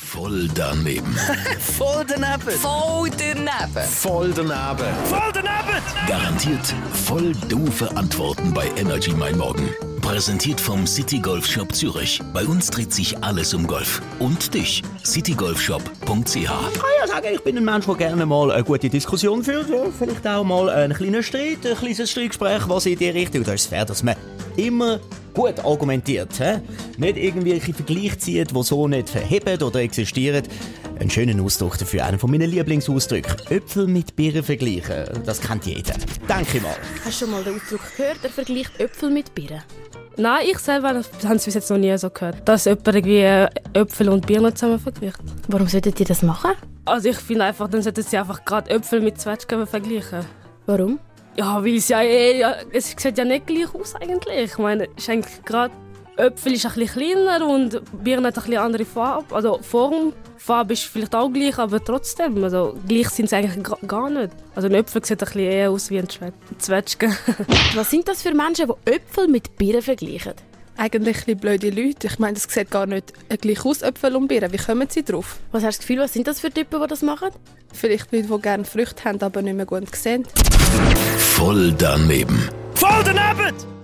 Voll daneben. Voll daneben. Voll daneben. Voll daneben. Voll daneben. Garantiert voll doofe Antworten bei Energy Mein Morgen. Präsentiert vom City Golf Shop Zürich. Bei uns dreht sich alles um Golf. Und dich, citygolfshop.ch. kann Ah ja sagen, ich bin ein Mensch, der gerne mal eine gute Diskussion führt. Ja, vielleicht auch mal einen kleinen Streit, ein kleines Streitgespräch, was in die Richtung. Da ist es fair, dass man immer gut argumentiert. He? Nicht irgendwelche Vergleiche zieht, die so nicht verheben oder existieren. Einen schönen Ausdruck dafür, einen von meinen Lieblingsausdrücken. Äpfel mit Birnen vergleichen. Das kennt jeder. Denke ich mal. Hast du schon mal den Ausdruck gehört? Er vergleicht Äpfel mit Birnen. Nein, ich selber habe es bis jetzt noch nie so gehört, dass jemand irgendwie äh, Äpfel und Birnen zusammen vergleicht. Warum solltet ihr das machen? Also ich finde einfach, dann sollten sie einfach gerade Äpfel mit Zwetschgen vergleichen. Warum? Ja, weil es ja, eh- ja es sieht ja nicht gleich aus eigentlich. Ich meine, es ist eigentlich gerade Äpfel ist ein bisschen kleiner und Birnen hat ein bisschen andere Farbe, also Form. Farbe ist vielleicht auch gleich, aber trotzdem, also gleich sind sie eigentlich gra- gar nicht. Also ein Äpfel sieht ein bisschen eher aus wie ein Zwe- Zwetschge. Was sind das für Menschen, die Äpfel mit Birnen vergleichen? eigentlich ein bisschen blöde Leute. Ich meine, das sieht gar nicht gleich aus, Äpfel und Birnen. Wie kommen sie drauf? Was hast du das Gefühl, was sind das für Typen, die das machen? Vielleicht Leute, die gerne Früchte haben, aber nicht mehr gut sehen. Voll daneben. Voll daneben.